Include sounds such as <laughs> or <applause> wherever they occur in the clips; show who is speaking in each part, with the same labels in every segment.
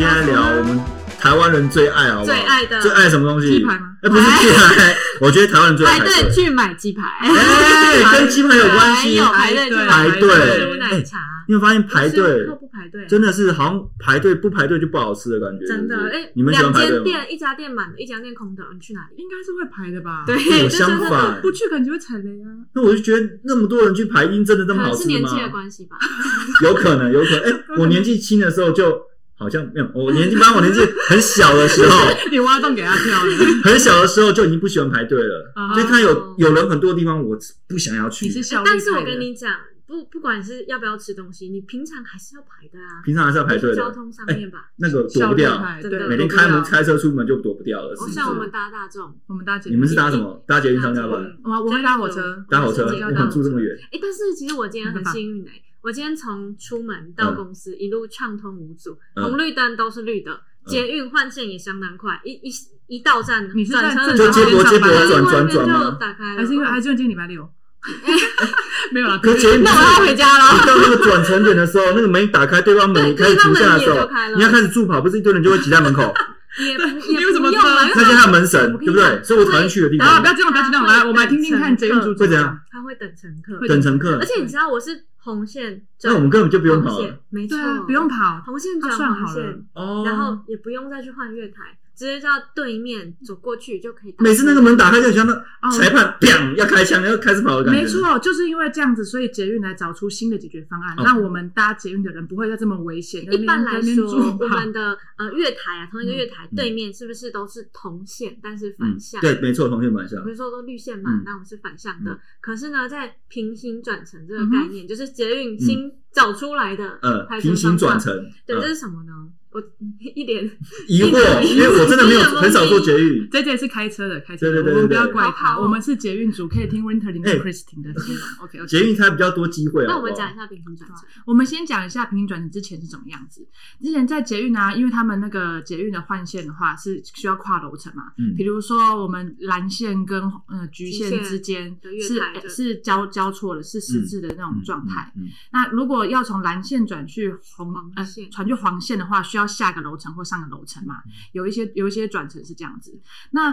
Speaker 1: 哎台湾人最爱好不好？
Speaker 2: 最爱的
Speaker 1: 最爱什么东西？
Speaker 2: 鸡排吗
Speaker 1: 哎，不是鸡排，我觉得台湾人最爱排
Speaker 3: 排队
Speaker 1: 队。
Speaker 3: 去买鸡排，
Speaker 1: 哎，跟鸡排有关
Speaker 2: 还
Speaker 1: 系。
Speaker 2: 有排队去买
Speaker 1: 排队
Speaker 2: 牛奶茶，
Speaker 1: 你有发现排
Speaker 2: 有些
Speaker 1: 队
Speaker 2: 顾客不排队啊，
Speaker 1: 真的是好像排队不排队就不好吃的感觉。
Speaker 2: 真的
Speaker 1: 是不是
Speaker 2: 哎，
Speaker 1: 你们喜欢
Speaker 2: 两
Speaker 1: 排队
Speaker 2: 间
Speaker 1: 吗？
Speaker 2: 店一家店满的，一家店空的，你去哪里？
Speaker 3: 应该是会排的吧？
Speaker 2: 对，，
Speaker 1: 我
Speaker 2: 就是
Speaker 1: 相反，
Speaker 3: 不去可能就会踩雷啊。
Speaker 1: 那我就觉得那么多人去排音，真的这
Speaker 2: 可
Speaker 1: 么好
Speaker 2: 能是
Speaker 1: 吃吗？
Speaker 2: 年纪的关系吧。
Speaker 1: 有可能，有可能。哎、我年纪轻的时候就好像没有，我年纪，不然我年纪很小的时候，
Speaker 3: <laughs> 你挖洞给他跳了，
Speaker 1: 很小的时候就已经不喜欢排队了。
Speaker 3: 啊
Speaker 1: 所以看有有人很多地方，我不想要去
Speaker 3: 你。是效率派
Speaker 2: 但
Speaker 3: 的
Speaker 2: 是我跟你讲，不不管是要不要吃东西，你平常还是要排的啊。
Speaker 1: 平常还是要排队
Speaker 2: 交
Speaker 1: 的，
Speaker 2: 通上面吧，
Speaker 1: 那个躲
Speaker 3: 效
Speaker 1: 不
Speaker 3: 率
Speaker 1: 掉，
Speaker 3: 派，
Speaker 2: 真
Speaker 3: 对
Speaker 2: 的，
Speaker 1: 每天
Speaker 3: 躲不
Speaker 1: 开门
Speaker 3: 了
Speaker 1: 开车出门就躲不掉了，是
Speaker 2: 我
Speaker 1: 不是？
Speaker 2: 像我们搭大众，
Speaker 3: 我们大姐，
Speaker 1: 你们是搭什么？搭捷运上下班，
Speaker 3: 我我会搭火车，
Speaker 1: 搭火车，
Speaker 2: 我
Speaker 3: 自己
Speaker 2: 要
Speaker 3: 要
Speaker 1: 我
Speaker 2: 搭
Speaker 3: 搭
Speaker 1: 们
Speaker 2: 火车
Speaker 1: 住这么远，
Speaker 2: 哎，但是其实我今天
Speaker 3: 嗯
Speaker 2: 很幸运哎，我今天从出门到公司一路畅通无阻，
Speaker 1: 嗯
Speaker 2: 红绿灯都是绿的，
Speaker 1: 嗯
Speaker 2: 捷运换线也相当快，一一一到站
Speaker 3: 你是在
Speaker 2: 转车
Speaker 3: 正
Speaker 1: 就
Speaker 3: 常
Speaker 1: 接驳接驳
Speaker 3: 上班
Speaker 2: 然后
Speaker 1: 转
Speaker 2: 外
Speaker 1: 转
Speaker 2: 面
Speaker 1: 转
Speaker 2: 就
Speaker 1: 吗？
Speaker 2: 打开了，哦
Speaker 3: 还是因为还是因为今天礼拜 <laughs> 六，没有啦，
Speaker 1: 可是捷运
Speaker 2: 那我要回家了。
Speaker 1: 你到那个转乘点的时候，那个门一打开，对方门一开始停下的时
Speaker 2: <laughs> 对对方门也
Speaker 1: 候
Speaker 2: 就开，了
Speaker 1: 你要开始助跑，不是一堆人就会挤在门
Speaker 2: <laughs>
Speaker 1: 口，
Speaker 2: 也不
Speaker 3: 你
Speaker 2: 也
Speaker 3: 有什
Speaker 2: 不
Speaker 3: 么
Speaker 2: 用了，因
Speaker 3: 车
Speaker 2: 为
Speaker 1: 那就是他门神，
Speaker 2: 我跟
Speaker 1: 对
Speaker 2: 你
Speaker 1: 不对？
Speaker 2: 讲
Speaker 1: 所以我常去的地
Speaker 3: 啊，
Speaker 1: 方
Speaker 3: 不。要激动，不要激动，来，我们来听听看捷运主
Speaker 1: 会怎样？
Speaker 2: 他会等乘客
Speaker 3: 会，
Speaker 1: 等乘客
Speaker 2: 而，且你知道我是红线转，
Speaker 1: 那我们根本就不用跑
Speaker 2: 红
Speaker 1: 了
Speaker 2: 线，没错
Speaker 3: 对啊，，不用跑，
Speaker 2: 红线
Speaker 3: 他
Speaker 2: 转
Speaker 3: 算
Speaker 2: 红
Speaker 3: 好了
Speaker 2: 线，。
Speaker 1: 哦
Speaker 2: 然后也不用再去换月台，直接到对面走过去就可以到。
Speaker 1: 每次那个门打开，就很像那
Speaker 3: 哦，
Speaker 1: 裁判砰要开枪要开始跑的感觉。
Speaker 3: 没，错，就是因为这样子，所以捷运来找出新的解决方案，
Speaker 1: 嗯
Speaker 3: 让我们搭捷运的人不会再这么危险。在那
Speaker 2: 一
Speaker 3: 边
Speaker 2: 般来说，
Speaker 3: 在那边
Speaker 2: 我
Speaker 3: 助跑
Speaker 2: 们的呃月台啊，同一个月台
Speaker 1: 嗯
Speaker 2: 对面是不是都是同线，但是
Speaker 1: 嗯
Speaker 2: 反向？，
Speaker 1: 对，没错，同学蛮像
Speaker 2: 比。如说都绿线嘛
Speaker 1: 嗯，
Speaker 2: 那我们是反向的
Speaker 1: 嗯。
Speaker 2: 可是呢，在平行转乘这个
Speaker 3: 嗯哼
Speaker 2: 概念，就是捷运新找出来的
Speaker 1: 嗯呃，
Speaker 2: 排
Speaker 1: 平行
Speaker 2: 方
Speaker 1: 转
Speaker 2: 法。
Speaker 1: 乘，
Speaker 2: 对，这
Speaker 1: 呃
Speaker 2: 是什么呢？我 <laughs> 一脸
Speaker 1: 疑惑，因为我真
Speaker 3: <laughs>
Speaker 1: 的没有很少做绝育。
Speaker 3: 这这是开车的，开车
Speaker 1: 对
Speaker 3: 的，
Speaker 1: 对对
Speaker 3: 我们不
Speaker 1: 对
Speaker 3: 要
Speaker 1: 对
Speaker 3: 怪
Speaker 2: 好
Speaker 3: 他，
Speaker 2: 好
Speaker 3: 我们是捷运组，可以听 Winter 林
Speaker 1: 哎
Speaker 3: 跟 Christine 的节目。OK，
Speaker 1: 捷运它比较多机会，啊
Speaker 2: 那
Speaker 1: 好
Speaker 2: 我
Speaker 1: 不
Speaker 2: 们
Speaker 1: 好
Speaker 2: 讲一下平行转乘。
Speaker 3: 我们先讲一下平行转乘之前是怎么样子。之前在捷运啊，因为他们那个捷运的换线的话是需要跨楼层嘛，
Speaker 1: 嗯
Speaker 3: 比如说我们蓝线跟呃橘
Speaker 2: 橘线
Speaker 3: 线之间
Speaker 2: 的月
Speaker 3: 是
Speaker 2: 台就
Speaker 3: 呃是交交错的，是十字的那种状态。
Speaker 1: 嗯嗯，嗯嗯
Speaker 3: 那如果要从蓝线转去红
Speaker 2: 黄
Speaker 3: 呃
Speaker 2: 线
Speaker 3: 转去黄线的话，需要下个楼层或上个楼层嘛。
Speaker 2: 嗯
Speaker 3: 有一些有一些转乘是这样子，那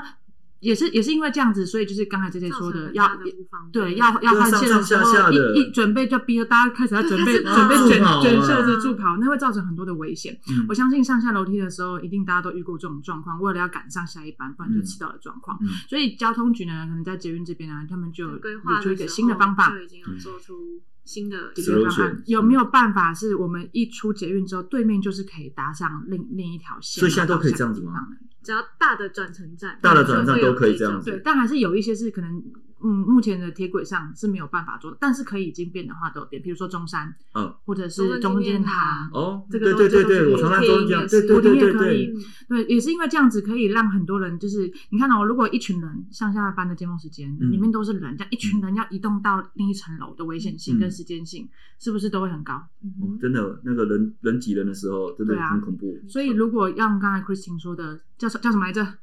Speaker 3: 也是也是因为这样子，所以就是刚才姐姐说的要
Speaker 2: 造成很大的不方便
Speaker 3: 对，要要换线的时
Speaker 1: 上上下下
Speaker 3: 候，
Speaker 1: 的
Speaker 3: 一一准备就逼着大家开始要准备
Speaker 2: 对开始
Speaker 3: 准
Speaker 1: 助
Speaker 2: 跑
Speaker 3: 备卷
Speaker 1: 跑啊
Speaker 3: 卷袖子助跑，那会造成很多的危险。
Speaker 1: 嗯
Speaker 3: 我相信上下楼梯的时候，一定大家都遇过这种状况，为了要赶上下一班，不然就迟到的状况。
Speaker 1: 嗯
Speaker 3: 所以交通局呢，可能在捷运这边啊，他们就
Speaker 2: 规划
Speaker 3: 有出一
Speaker 2: 的
Speaker 3: 个
Speaker 2: 时
Speaker 3: 新的
Speaker 2: 候
Speaker 3: 方法
Speaker 2: 就，已经有
Speaker 1: 嗯
Speaker 2: 做出新的
Speaker 3: 解
Speaker 1: 是
Speaker 3: 决
Speaker 1: 有
Speaker 3: 方
Speaker 1: 选
Speaker 3: 案有没有办法是我们一出捷运之后，对面就是可以搭上另另一条线，
Speaker 1: 所以现在
Speaker 3: 然后
Speaker 1: 都可以
Speaker 3: 到
Speaker 1: 这样
Speaker 3: 下
Speaker 1: 子
Speaker 3: 个地
Speaker 1: 吗
Speaker 3: 方的
Speaker 2: 只要大的转乘站，
Speaker 1: 大的
Speaker 2: 就
Speaker 1: 转乘站
Speaker 2: 会有
Speaker 1: 都可以这样
Speaker 2: 种
Speaker 1: 子
Speaker 3: 对，但还是有一些是可能，嗯，目前的铁轨上是没有办法做的，但是可以经变的话都有变，比如说中山，
Speaker 1: 嗯，
Speaker 3: 或者是中正纪念堂，
Speaker 1: 哦，
Speaker 3: 这
Speaker 1: 对
Speaker 3: 个都
Speaker 1: 对对
Speaker 3: 这
Speaker 1: 对，
Speaker 3: 个
Speaker 1: 我
Speaker 3: 都
Speaker 1: 常常
Speaker 3: 可以
Speaker 1: 都是这
Speaker 2: 也
Speaker 1: 样，对
Speaker 2: 是
Speaker 1: 对
Speaker 3: 我
Speaker 1: 对
Speaker 3: 也
Speaker 1: 对
Speaker 3: 可
Speaker 1: 对哦
Speaker 3: 以，对，也是因为这样子可以让很多人，就是你看哦，如果一群人上下班的尖峰时间、
Speaker 1: 嗯
Speaker 3: 里面都是人，这样一群人要移动到另一层楼的危险
Speaker 1: 嗯
Speaker 3: 性跟时间性，是不是都会很高？
Speaker 2: 嗯
Speaker 1: 哦
Speaker 2: 哼
Speaker 1: 真的那个人人挤人的时候，真的
Speaker 3: 对啊
Speaker 1: 很恐怖。
Speaker 3: 所以如果让刚才 Christine 说的叫什叫什么来着？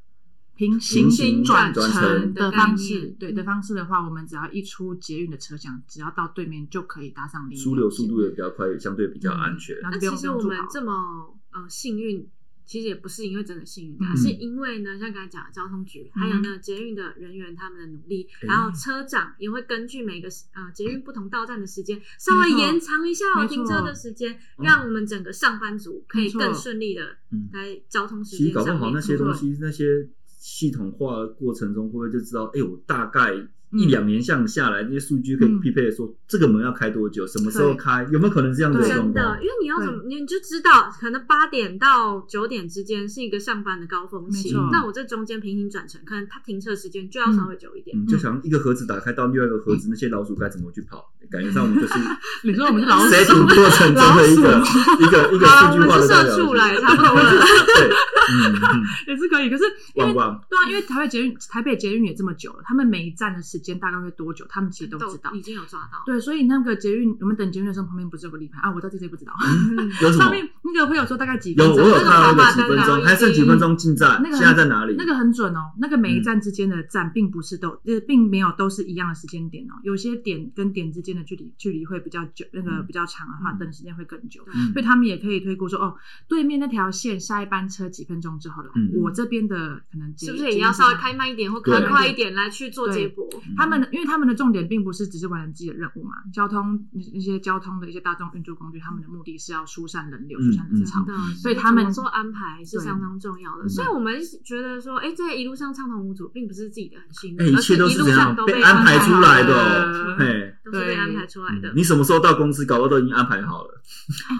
Speaker 3: 平
Speaker 1: 行
Speaker 3: 行转
Speaker 1: 转
Speaker 3: 乘
Speaker 1: 乘
Speaker 3: 的
Speaker 2: 的概
Speaker 3: 方
Speaker 2: 念
Speaker 3: 式，对
Speaker 2: 嗯
Speaker 3: 的方式的话，我们只要一出捷运的车厢，只要到对面就可以搭上另一条
Speaker 1: 枢纽
Speaker 3: 线
Speaker 1: 速度也比较快，相对比较
Speaker 3: 嗯
Speaker 1: 安全。
Speaker 3: 然后
Speaker 2: 那
Speaker 3: 就不用
Speaker 2: 啊其实
Speaker 3: 不用
Speaker 2: 我
Speaker 3: 助
Speaker 2: 们
Speaker 3: 跑
Speaker 2: 这么呃幸运，其实也不是因为真的幸运啊，
Speaker 3: 嗯
Speaker 2: 是因为呢，像刚才讲的交通局，还有呢
Speaker 1: 嗯
Speaker 2: 捷运的人员他们的努力，
Speaker 1: 哎
Speaker 2: 然后车长也会根据每个呃捷运不同到站的时间，稍微
Speaker 3: 没错
Speaker 2: 延长一下哦
Speaker 3: 没错
Speaker 2: 停车的时间，
Speaker 1: 嗯
Speaker 2: 让我们整个上班族可以
Speaker 3: 没错
Speaker 2: 更顺利的
Speaker 1: 嗯
Speaker 2: 来交通
Speaker 3: 啊
Speaker 2: 时
Speaker 1: 其
Speaker 2: 间
Speaker 1: 实搞
Speaker 2: 上
Speaker 1: 不好
Speaker 2: 面。
Speaker 1: 那些东西，那些系统化的过程中，会不会就知道？哎，我大概
Speaker 3: 嗯
Speaker 1: 一两年项下来，这些数据可以匹配说，这个门要开多久，什么时候开，有没有可能这样的
Speaker 3: 对
Speaker 1: 状
Speaker 2: 真的，
Speaker 1: 况？
Speaker 2: 因为你要怎么，你就知道，可能八点到九点之间是一个上班的高峰期
Speaker 3: 没错。
Speaker 2: 那我这中间平行转乘，可能它停车时间就要稍微久一点。
Speaker 1: 嗯，就想一个盒子打开到另外一个盒子，那些老鼠该怎么去跑？感觉上我们
Speaker 3: <laughs>
Speaker 1: 就是
Speaker 3: <laughs> 你说我们是
Speaker 1: <laughs>
Speaker 3: 老
Speaker 1: C
Speaker 3: 鼠 <laughs>
Speaker 1: 图
Speaker 3: 吗，
Speaker 1: 过程中的一个
Speaker 3: 老
Speaker 1: 一个一个
Speaker 2: 好
Speaker 1: 数据
Speaker 2: 了，我
Speaker 1: 化
Speaker 2: 们
Speaker 1: 的代表
Speaker 2: 是社
Speaker 1: 性。
Speaker 3: <laughs>
Speaker 2: 畜来，差不多
Speaker 1: <laughs>
Speaker 2: 了。
Speaker 1: 对，嗯，嗯
Speaker 3: 也是可以。可是因为
Speaker 1: 旺旺，
Speaker 3: 对啊，因为台北捷运台北捷运也这么久了，他们每一站的时时间大概会多久，他们其实都知道
Speaker 2: 已。经有抓到。
Speaker 3: 对，所以那个捷运，我们等捷运的时候，旁边不是有个立牌啊？我到这些不知
Speaker 1: <laughs>
Speaker 3: 道，
Speaker 1: 有什
Speaker 3: 上
Speaker 1: 么？
Speaker 3: 面那个会有说大概几分
Speaker 1: 有
Speaker 3: 钟，
Speaker 1: 我有
Speaker 3: 那
Speaker 1: 看
Speaker 3: 个
Speaker 1: 到
Speaker 3: 号
Speaker 1: 那
Speaker 3: 码
Speaker 1: 个
Speaker 3: 单
Speaker 1: 几分
Speaker 3: 啊
Speaker 1: 钟，还剩几分钟进站
Speaker 3: 那，个
Speaker 1: 现
Speaker 3: 很
Speaker 1: 在在哪里？嗯
Speaker 3: 那个很准哦，那个每一站之间的站并不是都，就是并没有都是一样的时间点哦，有些点跟点之间的距离距离会比较久，那个
Speaker 1: 嗯
Speaker 3: 比较长的话，
Speaker 1: 嗯
Speaker 3: 等的时间会更久。
Speaker 1: 嗯
Speaker 3: 所以他们也可以推估说，哦，对面那条线下一班车几分钟之后来，
Speaker 1: 嗯
Speaker 3: 我这边的可能
Speaker 2: 是不是也要稍微开
Speaker 3: 慢？
Speaker 2: 慢一点或
Speaker 1: 对
Speaker 2: 开快一点来去做接驳？
Speaker 1: 嗯
Speaker 3: 他们的，因为他们的重点并不是只是完成自己的任务嘛，交通一些交通的一些大众运输工具，他们的目的是要疏散人流、疏散人潮
Speaker 1: 嗯。
Speaker 2: 的，
Speaker 3: 所以他们
Speaker 2: 做安排是相当重要的。
Speaker 1: 对嗯
Speaker 2: 所以我们觉得说，哎，在一路上畅通无阻，并不是自己的很幸
Speaker 1: 哎
Speaker 2: 运，
Speaker 1: 一
Speaker 2: 而是
Speaker 1: 切都
Speaker 2: 一
Speaker 1: 是
Speaker 2: 路
Speaker 1: 怎
Speaker 2: 上
Speaker 1: 样
Speaker 2: 都
Speaker 1: 被
Speaker 2: 安
Speaker 1: 安排出来的
Speaker 2: 安
Speaker 1: 哦，
Speaker 2: 排好
Speaker 1: 嘿。
Speaker 2: 都是被安排出来的
Speaker 1: 嗯。你什么时候到公司，搞不好都已经安排好
Speaker 3: <laughs>
Speaker 1: 了，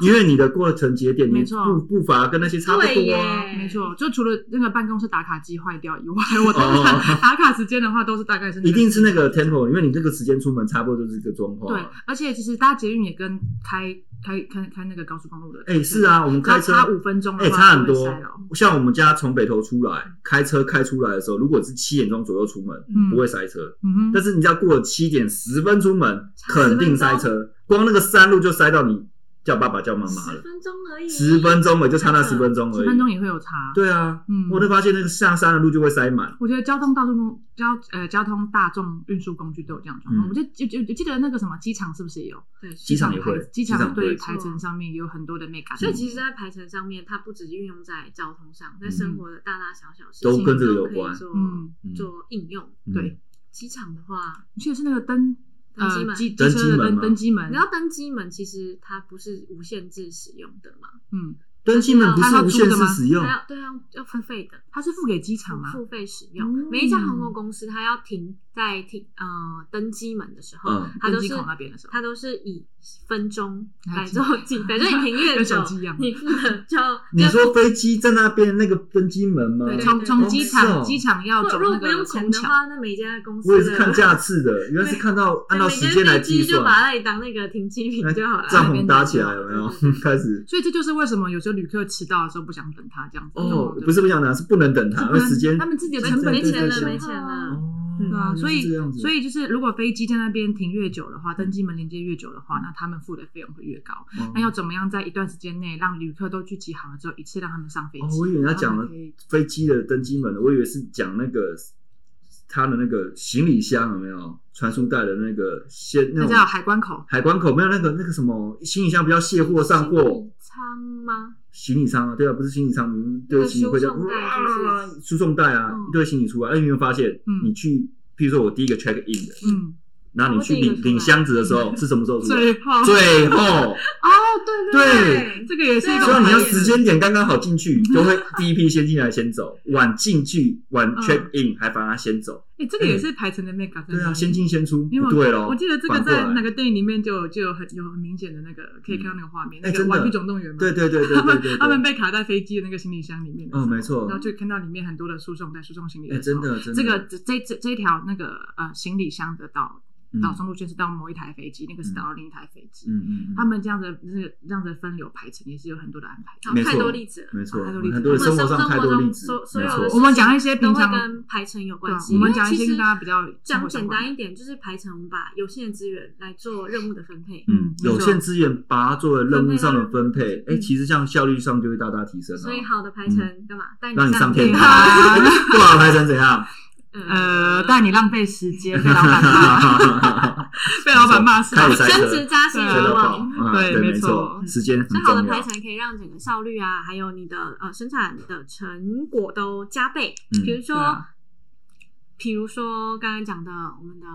Speaker 1: 因为你的过程节点，
Speaker 3: 没
Speaker 1: 你
Speaker 3: 错
Speaker 1: 步步伐跟那些差不
Speaker 2: 对
Speaker 1: 多
Speaker 2: 耶
Speaker 1: 啊。，
Speaker 3: 没错，就除了那个办公室打卡机坏掉
Speaker 1: <laughs>
Speaker 3: 以外，我通
Speaker 1: 哦
Speaker 3: 常打卡时间的话都是大概是那
Speaker 1: 一定是那个
Speaker 3: 时间
Speaker 1: tempo，因为你这个时间出门，差不多就是这个状况
Speaker 3: 对
Speaker 1: 啊。，
Speaker 3: 而且其实搭捷运也跟开开开开那个高速公路的，
Speaker 1: 哎，是，啊，我们
Speaker 3: 只要
Speaker 1: 开车
Speaker 3: 差五分钟的
Speaker 1: 哎，
Speaker 3: 话
Speaker 1: 差很
Speaker 3: 就会
Speaker 1: 多
Speaker 3: 塞哦了。
Speaker 1: 像我们家从北头出来，开车开出来的时候，如果是七点钟左右出门，
Speaker 3: 嗯
Speaker 1: 不会塞车。
Speaker 3: 嗯哼，
Speaker 1: 但是你只要过了七点十分出门，
Speaker 2: 差
Speaker 1: 肯定塞车，光那个山路就塞到你叫爸爸叫妈妈
Speaker 2: 十
Speaker 1: 了，
Speaker 2: 分钟而已，
Speaker 1: 十分钟了，就差那十分钟而已。
Speaker 3: 十分钟也会有差。，
Speaker 1: 对啊，
Speaker 3: 嗯
Speaker 1: 我就发现那个下山的路就会塞满。
Speaker 3: 我觉得交通大众公交呃交通大众运输工具都有这样的状况。
Speaker 1: 嗯
Speaker 3: 我就就就就记得那个什么机场是不是也有？
Speaker 2: 对，
Speaker 1: 机场也会
Speaker 3: 排
Speaker 1: 机
Speaker 3: 机
Speaker 1: 场
Speaker 3: 场对于
Speaker 1: 会
Speaker 3: 排程上面也有很多的 make up。
Speaker 2: 所以其实，在排程上面，它不只是运用在交通上，在生活的大大小小事情
Speaker 1: 都跟这个
Speaker 2: 都
Speaker 1: 有
Speaker 2: 可以
Speaker 1: 关
Speaker 2: 做
Speaker 3: 嗯
Speaker 1: 嗯
Speaker 2: 做应用。
Speaker 1: 嗯
Speaker 3: 对，
Speaker 2: 机场的话，
Speaker 3: 我记得是那个登
Speaker 2: 登机
Speaker 3: 呃
Speaker 2: 门
Speaker 3: 机机
Speaker 1: 登机
Speaker 3: 车的
Speaker 1: 门
Speaker 3: 登
Speaker 1: 吗
Speaker 3: 登机门
Speaker 2: 你知，道登机门其实它不是无限制使用的嘛，
Speaker 3: 嗯，
Speaker 1: 登机门不是无限制使用
Speaker 2: 它，要对啊要付费的，
Speaker 3: 它是付给机场吗？
Speaker 2: 付费使用
Speaker 3: 嗯。
Speaker 2: 每一家航空公司它要停在停呃登机门的时候
Speaker 1: 嗯，
Speaker 2: 它
Speaker 3: 登
Speaker 2: 都
Speaker 3: 机
Speaker 2: 是
Speaker 3: 口那边的时候，
Speaker 2: 它都是以分钟
Speaker 3: 来
Speaker 2: 来
Speaker 3: 计
Speaker 2: 做计
Speaker 3: <laughs>
Speaker 2: 费，所以你停越
Speaker 3: 跟
Speaker 2: 久
Speaker 3: 手机一样，
Speaker 2: 你付的就
Speaker 1: 你说飞机在那边那个登机门吗？
Speaker 2: 对
Speaker 3: 从从
Speaker 1: 哦
Speaker 3: 机
Speaker 1: 是
Speaker 3: 场
Speaker 1: 哦
Speaker 3: 机场要
Speaker 2: 如
Speaker 3: 走
Speaker 2: 果如
Speaker 3: 那
Speaker 2: 果不
Speaker 3: 个
Speaker 2: 用钱
Speaker 3: 空
Speaker 2: 的
Speaker 3: 桥，
Speaker 2: 话，那每一家公司
Speaker 1: 我也是
Speaker 2: 的
Speaker 1: 看架次
Speaker 3: <laughs>
Speaker 1: 的，原来是看到按照
Speaker 2: 每
Speaker 1: 时间来
Speaker 2: 飞
Speaker 1: 计
Speaker 2: 机就把
Speaker 1: 算，哎
Speaker 2: 它也当那个停机坪
Speaker 1: 那
Speaker 2: 就好了。
Speaker 1: 帐篷搭起来有没有
Speaker 2: 对对？
Speaker 1: <laughs> 开始
Speaker 3: 所以这就是为什么有时候旅客迟到的时候不想等他这样子。
Speaker 1: 哦，
Speaker 3: 对
Speaker 1: 不是不想拿，是不能等
Speaker 3: 是
Speaker 1: 它，因
Speaker 3: 不
Speaker 1: 为
Speaker 3: 能
Speaker 1: 时间
Speaker 3: 他们自己的成本
Speaker 1: 没
Speaker 2: 没
Speaker 1: 钱
Speaker 2: 钱
Speaker 1: 了
Speaker 2: 了，
Speaker 1: 没
Speaker 2: 没
Speaker 1: 钱
Speaker 2: 钱
Speaker 3: 了
Speaker 2: 了。
Speaker 1: 哦
Speaker 3: 对啊，所
Speaker 1: 原来
Speaker 3: 以
Speaker 1: 是这样子嗯
Speaker 3: 所以就是，如果飞机在那边停越久的话，登机门连接越久的话，那他们付的费用会越高。
Speaker 1: 哦
Speaker 3: 那要怎么样在一段时间内让旅客都聚集好了之后，一次让他们上飞机？
Speaker 1: 哦，我以为他讲
Speaker 3: 让他
Speaker 1: 了
Speaker 3: 们可以
Speaker 1: 飞机的登机门，我以为是讲那个他的那个行李箱有没有传输带的那个先那
Speaker 3: 那
Speaker 1: 种
Speaker 3: 叫海关口，
Speaker 1: 海关口没有那个那个什么行李箱，不叫卸货上货
Speaker 3: 嗯
Speaker 2: 行李舱吗？
Speaker 1: 行李仓啊，对啊，不是行李仓，一堆行李会叫
Speaker 2: 那个输送带是不是
Speaker 1: 输送带啊
Speaker 3: 嗯，
Speaker 1: 一堆行李出来。哎，你有没有发现
Speaker 3: 嗯，
Speaker 1: 你去，譬如说我第一个 check in 的，
Speaker 3: 嗯，
Speaker 1: 然后你去
Speaker 2: 我第
Speaker 1: 领
Speaker 2: 一个出来
Speaker 1: 领箱子的时候是什么时候出来？
Speaker 3: 最后
Speaker 1: 最后，
Speaker 3: 哦，对
Speaker 1: 对
Speaker 3: 这个也是一
Speaker 2: 对
Speaker 3: 种
Speaker 1: 所以你要
Speaker 3: 排
Speaker 1: 时
Speaker 3: 演
Speaker 1: 间点刚刚好进
Speaker 3: <laughs>
Speaker 1: 去，就会第一批先进来先走，晚进
Speaker 3: 嗯
Speaker 1: 去晚 check in 还反而先走。
Speaker 3: 哎，这个也是排程的 make up。
Speaker 1: 对啊，先进先出，
Speaker 3: 因为
Speaker 1: 不
Speaker 3: 我
Speaker 1: 对喽。
Speaker 3: 我记得这个
Speaker 1: 反过来
Speaker 3: 在哪个电影里面就有就有很有很明显的那个可以看到那个画面，
Speaker 1: 嗯
Speaker 3: 那
Speaker 1: 哎
Speaker 3: 个
Speaker 1: 真
Speaker 3: 《
Speaker 1: 的
Speaker 3: 玩具总动员》嘛，
Speaker 1: 对对对对
Speaker 3: 他
Speaker 1: 对
Speaker 3: 们
Speaker 1: 对，
Speaker 3: <laughs> 他们被卡在飞机的那个行李箱里面的时候，
Speaker 1: 嗯没错
Speaker 3: 然后就看到里面很多的输送带、输送行李
Speaker 1: 哎，
Speaker 3: 的时
Speaker 1: 真
Speaker 3: 候，
Speaker 1: 的真的
Speaker 3: 这个这这这这条那个呃行李箱的导
Speaker 1: 嗯
Speaker 3: 导送路线是到某一台飞机，那个是到另一台飞机，
Speaker 1: 嗯嗯，嗯
Speaker 3: 他们这样的就是这样的分流排程也是有很多的安排。
Speaker 2: 好
Speaker 1: 没错
Speaker 2: 太多例子了。
Speaker 1: 没错，
Speaker 3: 太多例子
Speaker 1: 很多人生活上太多例子，
Speaker 2: 所所
Speaker 1: 没
Speaker 2: 有
Speaker 1: 错
Speaker 2: 的事
Speaker 3: 我
Speaker 2: 情
Speaker 3: 们讲一些平
Speaker 2: 都会
Speaker 3: 常
Speaker 2: 跟排程有关系。
Speaker 3: 对啊我们
Speaker 2: 因为
Speaker 3: 讲一
Speaker 2: 其
Speaker 3: 些
Speaker 2: 实
Speaker 3: 跟大家比较生
Speaker 2: 讲
Speaker 3: 活相
Speaker 2: 简
Speaker 3: 关的
Speaker 2: 单一点，就是排程，我们把有限的资源来做任务的分配。
Speaker 1: 嗯，
Speaker 3: 没错
Speaker 1: 有限资源把它作为任务上的分配
Speaker 2: 分，配
Speaker 1: 哎，其实这样效率上就会大大提升
Speaker 2: 所以
Speaker 1: 啊。
Speaker 2: 好的排程干嘛？带
Speaker 1: 让你上
Speaker 2: 上
Speaker 1: 天 <laughs>
Speaker 2: 天嗯
Speaker 1: 堂，不好排成怎样？嗯
Speaker 3: 呃，但你浪费时间，被老
Speaker 1: 哈
Speaker 3: 板骂， <laughs>
Speaker 1: 哈哈哈 <laughs> 哈
Speaker 3: 被老板骂死
Speaker 1: 开
Speaker 3: 了
Speaker 1: 始。塞
Speaker 2: 升
Speaker 1: 车，
Speaker 2: 职加薪
Speaker 1: 塞 <laughs>
Speaker 2: 有没
Speaker 3: 对啊
Speaker 1: 到
Speaker 2: 有
Speaker 1: 爆？啊
Speaker 3: 对
Speaker 1: 对，
Speaker 3: 没
Speaker 1: 没
Speaker 3: 错
Speaker 1: 错，时间
Speaker 2: 所
Speaker 1: 很
Speaker 2: 以好的
Speaker 1: 重
Speaker 2: 排
Speaker 1: 要。
Speaker 2: 程可以让整个效率啊，还有你的呃生产的成果都加倍。
Speaker 1: 嗯
Speaker 2: 比如说，
Speaker 3: 对啊
Speaker 2: 比如说刚刚讲的我们的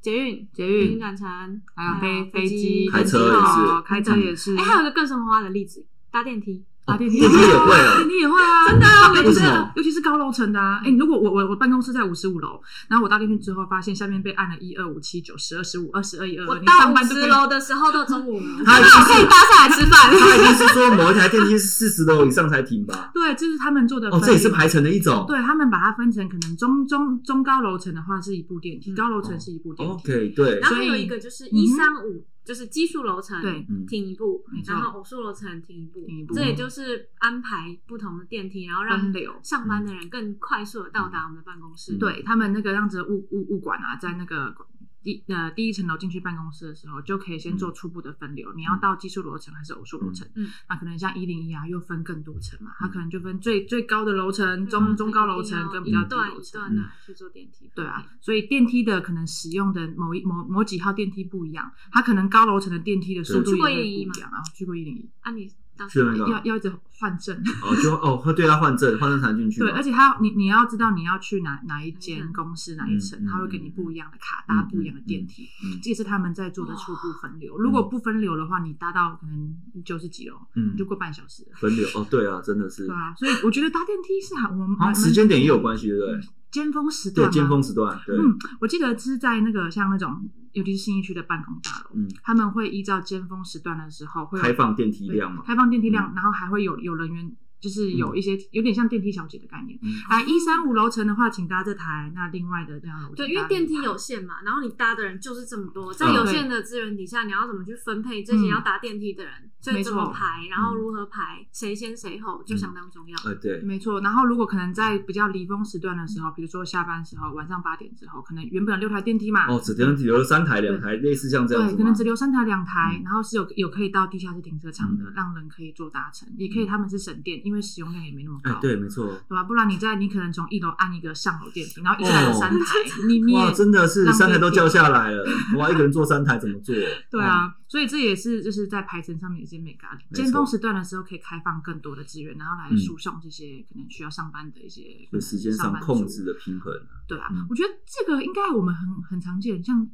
Speaker 2: 捷运、
Speaker 3: 捷
Speaker 2: 捷运
Speaker 3: 运，
Speaker 2: 转乘，
Speaker 3: 还有
Speaker 2: 嗯飞
Speaker 3: 飞飞机、
Speaker 1: 嗯开车
Speaker 3: 登机口
Speaker 1: 也是嗯
Speaker 3: 开车也是。
Speaker 2: 哎，还有一个更生活化的例子，搭电梯。
Speaker 3: 啊，电梯
Speaker 1: 电梯也会
Speaker 3: <laughs>
Speaker 1: 啊
Speaker 3: 电梯也会啊，
Speaker 2: 真的
Speaker 3: <laughs>
Speaker 2: 啊
Speaker 3: 尤其是
Speaker 1: 为什么
Speaker 3: 尤其是高楼层的啊。哎，如果我我我办公室在五十五楼，然后我搭电梯之后发现下面被按了一二五七九十二十五二十二一
Speaker 1: 呃
Speaker 3: 二
Speaker 2: 我
Speaker 3: 二，你
Speaker 2: 到
Speaker 3: 上
Speaker 2: 五
Speaker 3: 班都
Speaker 2: 十
Speaker 3: 可以
Speaker 2: 楼的时候到中
Speaker 1: <laughs>
Speaker 2: 午，
Speaker 1: 他已经
Speaker 2: 刚 <laughs> 好
Speaker 1: 是
Speaker 2: 可以搭下来吃饭。
Speaker 1: 他一定是说某一台电梯是四十楼以上才停吧？
Speaker 3: 对，这是他们做的
Speaker 1: 哦，
Speaker 3: 分
Speaker 1: 这也是
Speaker 3: 流
Speaker 1: 排程的一种。
Speaker 3: 对他们把它分成可能中中中高楼层的话是一部电梯，
Speaker 2: 嗯
Speaker 3: 高楼层是一部电梯。
Speaker 1: 哦，OK，对
Speaker 2: 然，后
Speaker 3: 所
Speaker 2: 还
Speaker 3: 以
Speaker 2: 有一个就是
Speaker 3: 嗯
Speaker 2: 一三五就是基础楼层
Speaker 3: 对
Speaker 1: 嗯
Speaker 2: 停一步
Speaker 3: 没，错
Speaker 2: 然后偶数楼层停一步
Speaker 3: 停一步，
Speaker 2: 这也就是安排不同的电梯，然后让
Speaker 3: 分流
Speaker 2: 上班的人更快速的到达我们的办公室。
Speaker 1: 嗯
Speaker 3: 对他们那个样子的物物物管啊，在那个第呃第一层楼进去办公室的时候，就可以先做初步的分流，你要到技术楼层还是偶数楼层？
Speaker 2: 嗯，
Speaker 3: 那可能像一零一啊，又分更多层嘛，它可能就分最最高的楼
Speaker 2: 嗯
Speaker 3: 层、中中高楼层跟比较
Speaker 2: 一
Speaker 3: 低
Speaker 2: 段
Speaker 3: 楼
Speaker 2: 一
Speaker 3: 层。
Speaker 2: 段的去做电梯。
Speaker 3: 嗯对啊，所以电梯的可能使用的某一某某几号电梯不一样，它可能高楼层的电梯的速度
Speaker 2: 去
Speaker 3: 也
Speaker 2: 过
Speaker 3: 会不
Speaker 2: 101
Speaker 3: 一
Speaker 2: 吗
Speaker 3: 样啊。去过一零一，
Speaker 2: 啊，你到
Speaker 1: 是那个
Speaker 3: 要要一直换证。
Speaker 1: 哦，就哦，会对他换证，换证才能进去嘛。
Speaker 3: 对，而且他你你要知道你要去哪哪
Speaker 2: 哪
Speaker 3: 一
Speaker 2: 一
Speaker 3: 间
Speaker 2: 层
Speaker 3: 公司哪一层，
Speaker 1: 嗯
Speaker 3: 他会给你不一样的卡，搭不一样的电梯，
Speaker 1: 嗯哦
Speaker 3: 这也是他们在做的初步分流。如果不分流的话，你搭到可能九十几楼，
Speaker 1: 嗯
Speaker 3: 你就过半小时了。
Speaker 1: 分流哦，对啊，真的是
Speaker 3: 对，啊，所以我觉得搭电梯是很我们
Speaker 1: 好像
Speaker 3: 蛮
Speaker 1: 时间点也有关系，对不对？
Speaker 3: 尖峰时段
Speaker 1: 对
Speaker 3: 吗，
Speaker 1: 尖峰时段，对，
Speaker 3: 嗯，我记得是在那个像那种，尤其是新一区的办公大楼，
Speaker 1: 嗯
Speaker 3: 他们会依照尖峰时段的时候会有
Speaker 1: 开放电梯
Speaker 3: 对
Speaker 1: 量嘛，
Speaker 3: 开放电梯量，
Speaker 1: 嗯
Speaker 3: 然后还会有有人员，就是有一些、有点像电梯小姐的概念。
Speaker 1: 嗯
Speaker 3: 啊，一三五楼层的话，请搭这台；那另外的这样楼层
Speaker 2: 对，因为
Speaker 3: 搭
Speaker 2: 电梯
Speaker 3: 另
Speaker 2: 有
Speaker 3: 外
Speaker 2: 限嘛，然后你搭的人就是这么多，在有限的资源底下，你要怎么去分配这
Speaker 3: 嗯
Speaker 2: 些要搭电梯的人，所以怎么排，然后如何排，谁先谁后，
Speaker 3: 嗯
Speaker 2: 就相当重要。
Speaker 1: 呃，对，
Speaker 3: 没错。然后如果可能在比较离峰时段的时候，比如说下班时候，晚上八点之后，可能原本有六台电梯嘛，
Speaker 1: 哦，只能留了三台、两台，类似像这样
Speaker 3: 对，
Speaker 1: 子
Speaker 3: 可能
Speaker 1: 吗
Speaker 3: 只？留三台两台，
Speaker 1: 嗯
Speaker 3: 然后是有有可以到地下室停车场的，
Speaker 1: 嗯
Speaker 3: 让人可以做搭乘，也可以他们是省电，因为使用量也没那么高。
Speaker 1: 哎，对，没错，
Speaker 3: 对吧、不然你在你可能从一楼按一个上楼电梯，然后一下有三台，你你
Speaker 1: 哦哇，
Speaker 3: 也
Speaker 1: 真的是
Speaker 3: 浪费
Speaker 1: 三台都
Speaker 3: 电
Speaker 1: 叫下来了，哇，一个人坐三台怎么坐？
Speaker 3: <laughs>
Speaker 1: 嗯
Speaker 3: 对啊，所以这也是就是在排程上面有一些美感。
Speaker 1: 没错
Speaker 3: 尖峰时段的时候可以开放更多的资源，然后来输送这些可能需要上班的一些
Speaker 1: 嗯，就时间上
Speaker 3: 班族
Speaker 1: 控制。的平衡。
Speaker 3: 对啊，
Speaker 1: 嗯
Speaker 3: 我觉得这个应该我们很很常见，像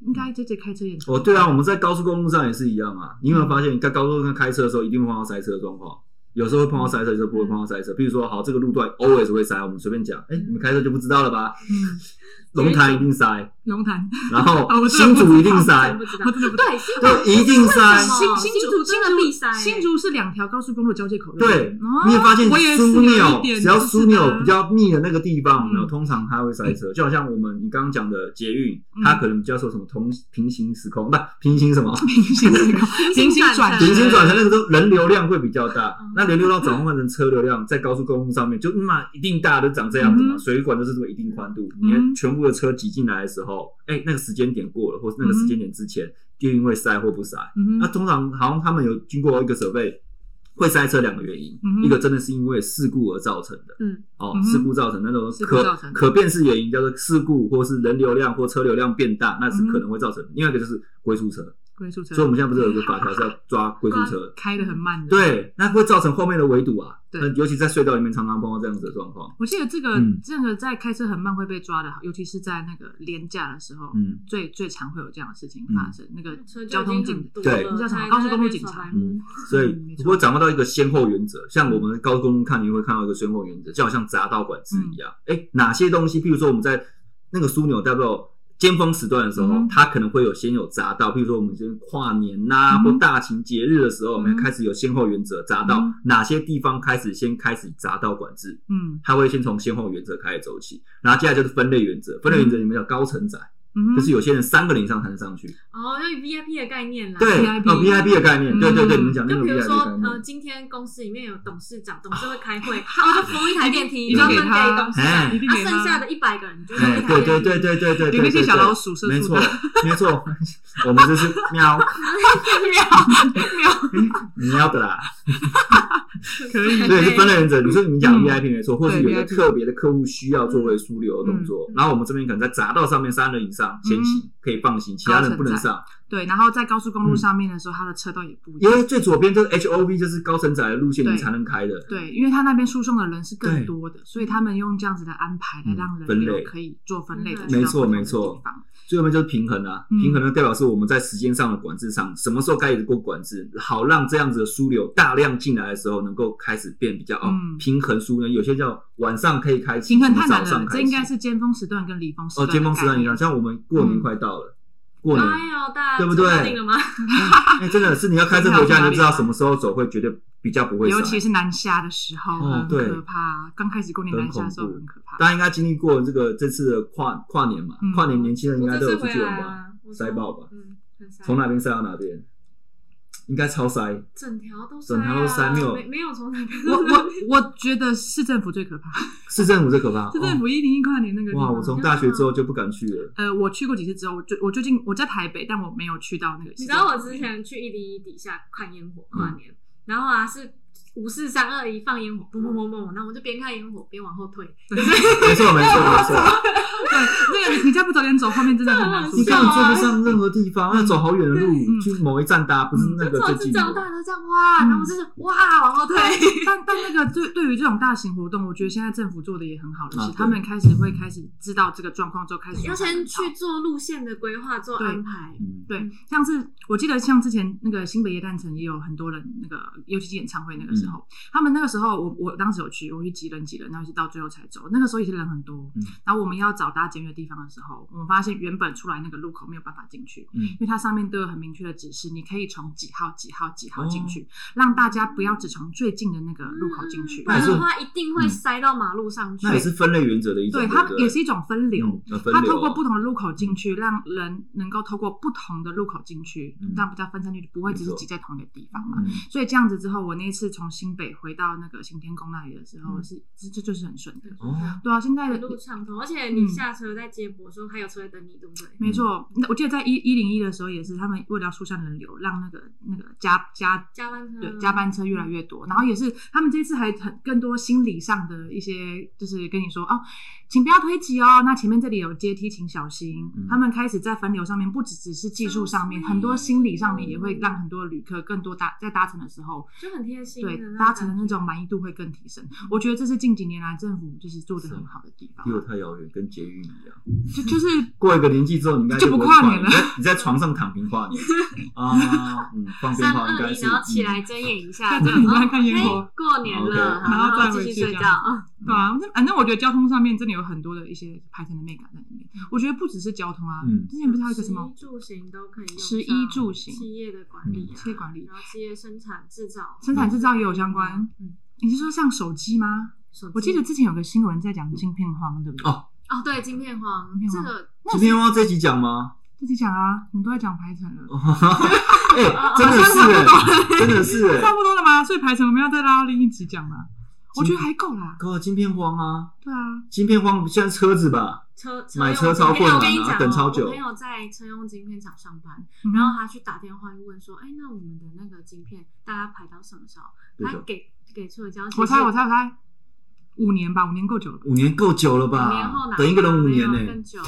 Speaker 3: 应该 J J 开车也
Speaker 1: 哦，对啊，我们在高速公路上也是一样啊。你有没有发现，你在高速公路上开车的时候，一定会碰到塞车的状况？有时候会碰到塞车，就不会碰到塞
Speaker 3: 嗯
Speaker 1: 车。比如说，好，这个路段 always 会塞，我们随便讲，哎、你们开车就不知道了吧？
Speaker 3: 嗯，
Speaker 1: 龙潭一定塞，
Speaker 3: 龙潭，
Speaker 1: 然
Speaker 3: 哦
Speaker 1: 后
Speaker 3: 我
Speaker 1: 新
Speaker 3: 真的
Speaker 1: 竹一
Speaker 3: 不知道啊
Speaker 1: 定塞哦
Speaker 2: 真，不知道
Speaker 3: 我，真的不
Speaker 2: 对，新竹
Speaker 1: 对，一定塞
Speaker 2: 为什。么
Speaker 3: 新新竹
Speaker 2: 新竹真的必塞
Speaker 3: 新竹是两条高速公路交界口。
Speaker 1: 对
Speaker 3: 不哦，
Speaker 1: 你也发现
Speaker 3: 我也是
Speaker 1: 枢
Speaker 3: 有
Speaker 1: 纽
Speaker 3: 一，点
Speaker 1: 只要
Speaker 3: 就是
Speaker 1: 枢
Speaker 3: 啊的
Speaker 1: 纽比较密的那个地方，有没有
Speaker 3: 嗯
Speaker 1: 通常它会塞车。就好像我们你刚刚讲的捷运
Speaker 3: 嗯，
Speaker 1: 它可能比较说什么同平行时空，不平行什么
Speaker 3: 平
Speaker 1: <laughs>
Speaker 3: 行时空平行转
Speaker 1: 平行转
Speaker 3: 车
Speaker 1: 成那个时候人流量会比较大
Speaker 2: 嗯，
Speaker 1: 那人流量转换成车流量，在高速公路上面就嗯嘛一定大的长这样子
Speaker 3: 嗯
Speaker 1: 嘛，
Speaker 3: 哼
Speaker 1: 水管就是这么一定宽度，
Speaker 3: 嗯
Speaker 1: 你看全部的车挤进来的时候，哎，那个时间点过了，或是那个时间点之前，就因为塞或不塞。
Speaker 3: 嗯
Speaker 1: 那
Speaker 3: 哼，
Speaker 1: 通常好像他们有经过一个设备，会塞车两个原因，
Speaker 3: 嗯哼
Speaker 1: 一个真的是因为事故而造成的，
Speaker 2: 嗯，
Speaker 1: 哦，
Speaker 3: 嗯哼
Speaker 1: 事故造成那种
Speaker 3: 事故
Speaker 1: 可
Speaker 3: 造成的
Speaker 1: 可辨识原因叫做事故，或是人流量或车流量变大，那
Speaker 3: 嗯
Speaker 1: 是可能会造成的。另外一个就是龟速车，
Speaker 3: 龟速车，
Speaker 1: 所以我们现在不是有一个法条是要抓龟速
Speaker 3: <laughs>
Speaker 1: 车，
Speaker 3: 开的很慢的。，
Speaker 1: 对，那会造成后面的围堵啊，
Speaker 3: 对
Speaker 1: 那尤其在隧道里面常常碰到这样子的状况，
Speaker 3: 我记得这个、
Speaker 1: 嗯
Speaker 3: 这个在开车很慢会被抓的，尤其是在那个廉价的时候，
Speaker 1: 嗯。
Speaker 3: 最最常会有这样的事情发生。那个交通警，
Speaker 1: 对
Speaker 3: 你知道什么高速公路警察
Speaker 1: 嗯
Speaker 2: 嗯，
Speaker 1: 所以
Speaker 3: 嗯没错
Speaker 1: 不过掌握到一个先后原则，像我们高速公路看，你会看到一个先后原则，就好像匝道管制一样。
Speaker 3: 嗯
Speaker 1: 哎、哪些东西，譬如说我们在那个枢纽代表尖峰时段的时候，
Speaker 3: 嗯
Speaker 1: 它可能会有先有匝道，譬如说我们先跨年呐、
Speaker 3: 嗯
Speaker 1: 或大型节日的时候，我们
Speaker 3: 嗯
Speaker 1: 开始有先后原则，匝道、
Speaker 3: 嗯
Speaker 1: 哪些地方开始先开始匝道管制，
Speaker 3: 嗯
Speaker 1: 它会先从先后原则开始走起，然后接下来就是分类原则，分类原则里面叫高承载，
Speaker 3: 嗯，啊
Speaker 1: 就是有些人三个人以上才能上去，
Speaker 2: 哦，要有 VIP 的概念啦。
Speaker 1: 对，
Speaker 3: VIP
Speaker 1: 哦 VIP 的概念，对对对，
Speaker 3: 嗯
Speaker 1: 你们讲那
Speaker 2: 就
Speaker 1: 个
Speaker 2: 比如
Speaker 1: VIP
Speaker 2: 说
Speaker 1: 的概，念
Speaker 2: 呃，。今天公司里面有董事长，董事会
Speaker 1: <laughs>
Speaker 2: 开会，然后就扶一台电梯，
Speaker 3: 一定
Speaker 2: 专
Speaker 3: 给
Speaker 2: 门
Speaker 3: 他
Speaker 2: 给董事
Speaker 1: 哎
Speaker 2: 长。
Speaker 3: 一定
Speaker 2: 那
Speaker 3: 给他
Speaker 2: 啊剩下的一百个人，你就用
Speaker 1: 哎
Speaker 2: 一，台
Speaker 1: 对
Speaker 2: 电
Speaker 1: 对
Speaker 2: 梯。
Speaker 1: 对对对对
Speaker 3: 给
Speaker 1: 对，
Speaker 3: 那些
Speaker 1: 对
Speaker 3: 小
Speaker 1: 对
Speaker 3: 老鼠射
Speaker 1: 没
Speaker 3: 出
Speaker 1: 错
Speaker 3: 的，
Speaker 1: 没错，我们就是喵， <laughs>
Speaker 2: 哎
Speaker 1: 你要的啦，
Speaker 3: <laughs> 可以
Speaker 1: 对，是分类原则。你说你讲
Speaker 3: 嗯
Speaker 1: VIP 没错，或是有一个
Speaker 3: VIP
Speaker 1: 特别的客户需要作为枢纽的动作
Speaker 2: 嗯，
Speaker 1: 然后我们这边可能在匝道上面三人以上先
Speaker 3: 嗯
Speaker 1: 行，可以放行，其他人不能上。
Speaker 3: 对。然后在高速公
Speaker 1: 嗯
Speaker 3: 路上面的时候，它的车道也不一
Speaker 1: 因
Speaker 3: 样。
Speaker 1: 为最左边就是 HOV，就是高承载的路线，
Speaker 3: 对
Speaker 1: 你才能开的。
Speaker 3: 对，因为它那边输送的人是更多的，所以他们用这样子的安排来让人流可以做分
Speaker 2: 嗯
Speaker 3: 类的，
Speaker 1: 嗯没错没错
Speaker 3: 地方。
Speaker 1: 最后面就是平衡啊，
Speaker 3: 嗯
Speaker 1: 平衡的代表是我们在时间上的管制上，什么时候该有过管制，好让这样子的枢纽大量进来的时候，能够开始变比较哦
Speaker 3: 嗯
Speaker 1: 平衡枢纽。有些叫晚上可以开启，
Speaker 3: 平衡太
Speaker 1: 早
Speaker 3: 难
Speaker 1: 上
Speaker 3: 了，
Speaker 1: 开
Speaker 3: 这
Speaker 1: 启
Speaker 3: 应该是尖峰时段跟离峰时
Speaker 1: 哦，
Speaker 3: 段。
Speaker 1: 尖峰时段一样，像我们过年
Speaker 3: 嗯
Speaker 1: 快到了，过年
Speaker 2: 哎呦，大家
Speaker 1: 对不对
Speaker 2: 知道定了吗？
Speaker 1: 哎，真的是你要开车回家，你就知道什么时候走会绝对比较不会
Speaker 3: 尤
Speaker 1: 塞
Speaker 3: 其。是南下的时候
Speaker 1: 哦
Speaker 3: 很
Speaker 1: 对
Speaker 3: 可怕，刚开始过年南下的时候很可怕。
Speaker 1: 大家应该经历过这个这次的跨跨年嘛
Speaker 3: 嗯，
Speaker 1: 跨年年轻人应
Speaker 2: 我
Speaker 1: 该
Speaker 2: 这
Speaker 1: 都有
Speaker 2: 次
Speaker 1: 出
Speaker 2: 回
Speaker 1: 去玩
Speaker 2: 来
Speaker 1: 吧？
Speaker 2: 啊，我
Speaker 1: 塞
Speaker 2: 说
Speaker 1: 爆吧
Speaker 2: 嗯，很塞
Speaker 1: 从哪边塞到哪边，应该超塞。
Speaker 2: 整条都塞、
Speaker 1: 整
Speaker 2: 啊，
Speaker 1: 条都塞没有
Speaker 2: 没没有从哪边
Speaker 3: 我
Speaker 2: 到哪边。
Speaker 3: 我 <laughs> 我觉得市政府最可怕，
Speaker 1: 市政府最可怕。
Speaker 3: 市政府一零一跨年那个
Speaker 1: 哦
Speaker 3: 地
Speaker 1: 哇，
Speaker 3: 方
Speaker 1: 我从大学之后就不敢去了。
Speaker 3: 呃，我去过几次之后，我最我最近我在台北，但我没有去到那个市
Speaker 2: 你
Speaker 3: 政府。
Speaker 2: 知道我之前去一零一底下看烟
Speaker 3: 嗯
Speaker 2: 火跨年，然后啊是五四三二一放烟火，嘣嘣嘣嘣，然后我就边看烟火边往后退，
Speaker 1: 没错，没错，没
Speaker 3: <laughs>
Speaker 1: 错。
Speaker 3: 对那个，你再不早点走，后面真的很难出
Speaker 1: 你
Speaker 3: 去。
Speaker 1: 根本坐不上任何地方，要走好远的路
Speaker 3: 啊嗯
Speaker 1: 去某一站搭，不是那
Speaker 2: 就
Speaker 1: 个
Speaker 2: 做
Speaker 1: 最
Speaker 2: 一次
Speaker 1: 近
Speaker 2: 长
Speaker 1: 的。
Speaker 2: 大都这样哇，然后我就是哇往后退，
Speaker 3: 但但那个嗯对对于这种大型活动，我觉得现在政府做的也很好的
Speaker 1: 啊
Speaker 3: 是，
Speaker 1: 对
Speaker 3: 他们开始会开始知道这个状况之后，开
Speaker 2: <laughs>
Speaker 3: 始
Speaker 2: 要先去做路线的规划做
Speaker 3: 对
Speaker 2: 安排，
Speaker 1: 嗯，
Speaker 3: 对，像是我记得像之前那个新北夜诞城也有很多人，那个尤其是演唱会那个
Speaker 1: 嗯
Speaker 3: 时候，他们那个时候我我当时有去，我去挤人挤人，然后一直到最后才走。那个时候也是人很多，
Speaker 1: 嗯
Speaker 3: 然后我们要找搭捷运的地方的时候，我们发现原本出来那个路口没有办法进去，
Speaker 1: 嗯
Speaker 3: 因为它上面都有很明确的指示，你可以从几号几号几号
Speaker 1: 哦
Speaker 3: 进去，让大家不要只从最近的那个路口进去。
Speaker 2: 嗯不
Speaker 1: 那
Speaker 2: 然
Speaker 1: 也
Speaker 2: 的
Speaker 1: 嗯是
Speaker 2: 话一定
Speaker 3: 嗯
Speaker 2: 会塞到马路上去
Speaker 1: 那。也是分类原则的一种。
Speaker 3: 对，
Speaker 1: 对不
Speaker 3: 它
Speaker 1: 对，
Speaker 3: 也是一种分流。
Speaker 1: 嗯，呃分
Speaker 3: 它
Speaker 1: 流
Speaker 3: 透过
Speaker 1: 哦
Speaker 3: 不同的路口进去，让人能够透过不同的路口进去，
Speaker 1: 嗯
Speaker 3: 让比较分散去，不会只是
Speaker 1: 没错
Speaker 3: 挤在同一个地方嘛。
Speaker 1: 嗯
Speaker 3: 所以这样子之后，我那一次从新北回到那个行天宫那里的时候，
Speaker 1: 嗯
Speaker 3: 是这这就是很顺的。
Speaker 1: 哦，
Speaker 3: 对啊，现在
Speaker 2: 一
Speaker 3: 的
Speaker 2: 路畅通，而且
Speaker 3: 嗯
Speaker 2: 你下车在接驳的时候，还有车在等你，对不对？
Speaker 3: 没错，那我记得在一一零一的时候也是，他们为了要疏散人流，让那个那个加加
Speaker 2: 加班车，
Speaker 3: 对，加班车越来越多，然后也是他们这次还很更多心理上的一些，就是跟你说哦，请不要推挤哦，那前面这里有阶梯，请小心。
Speaker 1: 嗯
Speaker 3: 他们开始在分流上面，不只只是技术上面，
Speaker 2: 小心
Speaker 3: 很多心理上面也会让很多旅客更多搭在搭乘的时候，
Speaker 2: 就很贴心的
Speaker 3: 对
Speaker 2: 那种感觉，
Speaker 3: 搭乘的那种满意度会更提升。我觉得这是近几年来政府就是做的很好的地方啊
Speaker 1: 离，我太遥远，跟捷运一样。
Speaker 3: 就就是
Speaker 1: 过一个年纪之后，你应该
Speaker 3: 就不
Speaker 1: 不会
Speaker 3: 跨
Speaker 1: 跨
Speaker 3: 年了
Speaker 1: 你在你在床上躺平跨
Speaker 3: <laughs>
Speaker 1: 年啊，嗯，放鞭
Speaker 2: 三
Speaker 1: 炮应
Speaker 2: 二
Speaker 1: 该
Speaker 2: 一，
Speaker 1: 是。
Speaker 2: 然后起来
Speaker 1: 嗯
Speaker 2: 睁眼一下，
Speaker 3: 对
Speaker 2: 就
Speaker 3: 你在看烟火
Speaker 2: 哦，OK，过年了，
Speaker 1: OK
Speaker 2: 好
Speaker 3: 然后再回
Speaker 2: 继续
Speaker 3: 去
Speaker 2: 睡觉
Speaker 3: 这样。
Speaker 2: 嗯
Speaker 3: 对啊，那反正我觉得交通上面真的有很多的一些排程的美感在里面。我觉得不只是交通啊，
Speaker 1: 嗯
Speaker 3: 之前不是还有一个什么
Speaker 2: 食衣住行都可以用上，
Speaker 3: 食衣住行
Speaker 2: 企业的管理啊，
Speaker 1: 嗯
Speaker 3: 企业管理
Speaker 2: 然后企业生产制造，
Speaker 3: 生产制造也有相关。
Speaker 2: 嗯，
Speaker 3: 你是说像手机吗？
Speaker 2: 手机
Speaker 3: 我记得之前有个新闻在讲晶片荒，对不对？
Speaker 1: 哦，
Speaker 2: 哦，对，晶片荒
Speaker 3: 晶片
Speaker 2: 这
Speaker 3: 荒
Speaker 2: 个
Speaker 1: 今天要这集讲吗？
Speaker 3: 自己讲啊，你们都在讲排程
Speaker 1: 哦
Speaker 3: 了，
Speaker 1: 哎、
Speaker 3: 啊
Speaker 1: 真的是哎、真的是哎、
Speaker 3: <laughs> 差不多了吗？所以排程我们要再拉到另一集讲吧。我觉
Speaker 1: 晶
Speaker 3: 得还够啦。
Speaker 1: 搞到晶片荒啊，
Speaker 3: 对啊，
Speaker 1: 晶片荒现在车子吧，
Speaker 2: 车
Speaker 1: 买车
Speaker 2: 用
Speaker 1: 超
Speaker 2: 晶片
Speaker 1: 困
Speaker 2: 我跟
Speaker 1: 难
Speaker 2: 你
Speaker 1: 啊
Speaker 2: 讲哦
Speaker 1: 等超久
Speaker 2: 我朋友在车用晶片厂上班，
Speaker 3: 嗯
Speaker 2: 然后他去打电话问说，哎，那我们的那个晶片大家排到什么时候？
Speaker 1: 对
Speaker 2: 他
Speaker 1: 的，
Speaker 2: 给给出的消息是，
Speaker 3: 我猜，我猜，我猜，五年吧，五年够久
Speaker 1: <laughs>
Speaker 3: 了吧？
Speaker 1: 五年够久了
Speaker 2: 五
Speaker 1: 吧？
Speaker 2: 年后拿
Speaker 1: 等一个人五
Speaker 2: 没
Speaker 1: 年
Speaker 2: 有啊
Speaker 1: 呢、
Speaker 2: 更
Speaker 3: <laughs>
Speaker 2: 久。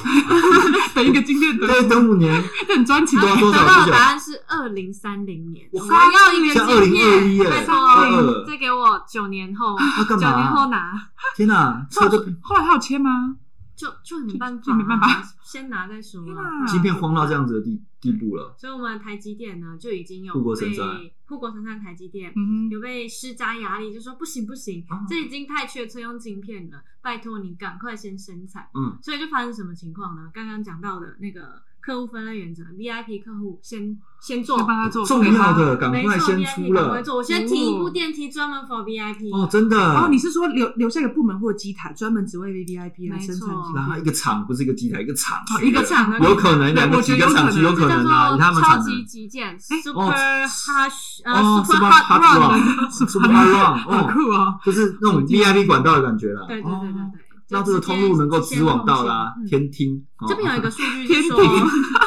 Speaker 3: 等一个晶片
Speaker 1: <laughs>
Speaker 3: 的
Speaker 1: 对，等五
Speaker 2: <laughs>
Speaker 1: 年，
Speaker 3: 很专
Speaker 1: <laughs>
Speaker 3: 情
Speaker 1: 对啊
Speaker 3: 的，
Speaker 1: 多少
Speaker 2: 得到
Speaker 1: 多久
Speaker 2: 的答案是二零三零年，
Speaker 1: 我
Speaker 2: 我要一
Speaker 1: 像
Speaker 2: 个
Speaker 1: 2021
Speaker 2: 晶片，
Speaker 1: 耶
Speaker 2: 拜托，嗯
Speaker 1: 22
Speaker 2: 再给我九年后，
Speaker 1: 要、干
Speaker 2: 九
Speaker 1: 嘛、
Speaker 2: 年后拿，
Speaker 1: 天哪、车
Speaker 2: <laughs>
Speaker 1: 都
Speaker 3: 后来还有签吗？
Speaker 2: 就就没办
Speaker 3: 就
Speaker 2: 法，啊
Speaker 3: 就没办法，
Speaker 2: 先拿再说
Speaker 3: 天
Speaker 2: 啊
Speaker 3: 哪。
Speaker 1: 晶片荒到这样子的地地步了，
Speaker 2: 所以我们台积电呢就已经有
Speaker 1: 护国神山
Speaker 2: 被护国神山台积电。
Speaker 3: 嗯哼，
Speaker 2: 有被施加压力，就说不行不行
Speaker 1: 哦，
Speaker 2: 这已经太缺车用晶片了，拜托你赶快先生产。
Speaker 1: 嗯，
Speaker 2: 所以就发生什么情况呢？刚刚讲到的那个客户分类原则，VIP 客户先先做，
Speaker 3: 先帮他做
Speaker 1: 重要的赶
Speaker 2: 没
Speaker 1: 快
Speaker 2: 错
Speaker 1: 先
Speaker 2: VIP
Speaker 1: 出
Speaker 2: 赶
Speaker 1: 了嗯
Speaker 2: 快做，我先提一部电梯专门 for VIP。
Speaker 1: 哦，真的，
Speaker 3: 然后你是说留留下一个部门或机台，专门只为 V V I P 来
Speaker 2: 没
Speaker 3: 生产
Speaker 2: 错
Speaker 3: 晶
Speaker 1: 然后一
Speaker 3: 片？
Speaker 1: 个厂不是一个机台，一个厂
Speaker 3: 哦
Speaker 1: 去
Speaker 3: 一个
Speaker 1: 的
Speaker 3: 厂
Speaker 1: 有可能两
Speaker 3: 对
Speaker 1: 个
Speaker 3: 我觉
Speaker 1: 几
Speaker 3: 得
Speaker 1: 个
Speaker 3: 有
Speaker 1: 厂
Speaker 3: 可
Speaker 1: 区
Speaker 3: 能
Speaker 1: 有可
Speaker 2: 这叫
Speaker 1: 能啊，以
Speaker 2: 做
Speaker 1: 他们
Speaker 2: 超
Speaker 1: 产
Speaker 2: 级
Speaker 1: 能
Speaker 2: 极简
Speaker 3: 哦
Speaker 2: ，super hush，呃
Speaker 1: 哦
Speaker 2: ，super
Speaker 1: ，super
Speaker 2: hot
Speaker 1: hot
Speaker 2: run，
Speaker 1: run，super
Speaker 3: hot
Speaker 1: hot run，
Speaker 3: 好
Speaker 2: <laughs>
Speaker 1: 哦，
Speaker 3: 酷哦！
Speaker 1: 就是那种 VIP 管道的感觉啦。
Speaker 2: 对对
Speaker 1: 哦
Speaker 2: 对对对，就
Speaker 1: 让这个
Speaker 2: 直接
Speaker 1: 通路能够直往到啦
Speaker 2: 直接通信
Speaker 1: 天
Speaker 2: 嗯
Speaker 1: 听。哦
Speaker 2: 这边有一个数据
Speaker 3: 天
Speaker 2: 是
Speaker 3: 平
Speaker 1: <laughs>
Speaker 2: 说，有一个